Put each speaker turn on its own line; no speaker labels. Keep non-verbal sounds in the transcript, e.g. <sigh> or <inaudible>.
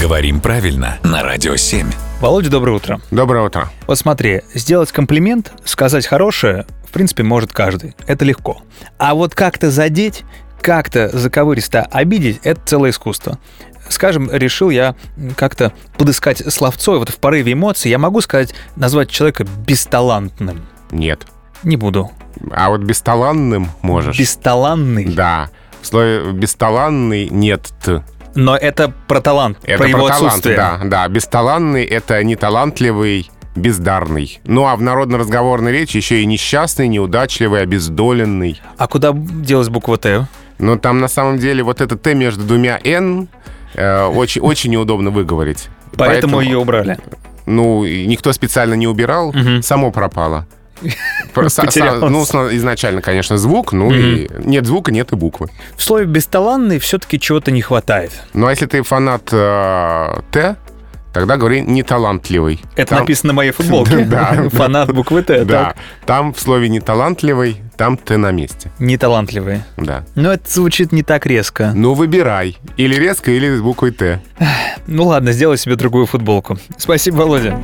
Говорим правильно на Радио 7.
Володя, доброе утро.
Доброе утро.
Вот смотри, сделать комплимент, сказать хорошее, в принципе, может каждый. Это легко. А вот как-то задеть, как-то заковыристо обидеть, это целое искусство. Скажем, решил я как-то подыскать словцо, и вот в порыве эмоций я могу сказать, назвать человека бесталантным.
Нет.
Не буду.
А вот бесталанным можешь.
Бесталанный.
Да. В слове бесталанный нет т.
Но это про талант,
Это
про, его
талант,
отсутствие.
да, да. Бесталанный — это неталантливый, бездарный. Ну а в народно-разговорной речи еще и несчастный, неудачливый, обездоленный.
А куда делась буква Т?
Но там на самом деле вот это «т» между двумя «н» э, очень, очень неудобно выговорить.
Поэтому, ее убрали.
Ну, и никто специально не убирал,
<laughs>
само пропало. Про- са- са-
Потерялось.
Ну, сна- изначально, конечно, звук, ну и нет звука, нет и буквы.
В слове бесталанный все-таки чего-то не хватает.
Ну, а если ты фанат э, «Т», тогда говори «неталантливый».
Это
Там-
написано на моей футболке.
<laughs> Да.
<laughs> Фанат буквы Т.
Да,
так?
там в слове «неталантливый», там «Т» на месте,
Неталантливые.
да.
Но это звучит не так резко.
Ну, выбирай. Или резко, или с буквой «Т».
Ну ладно, сделай себе другую футболку. Спасибо, Володя.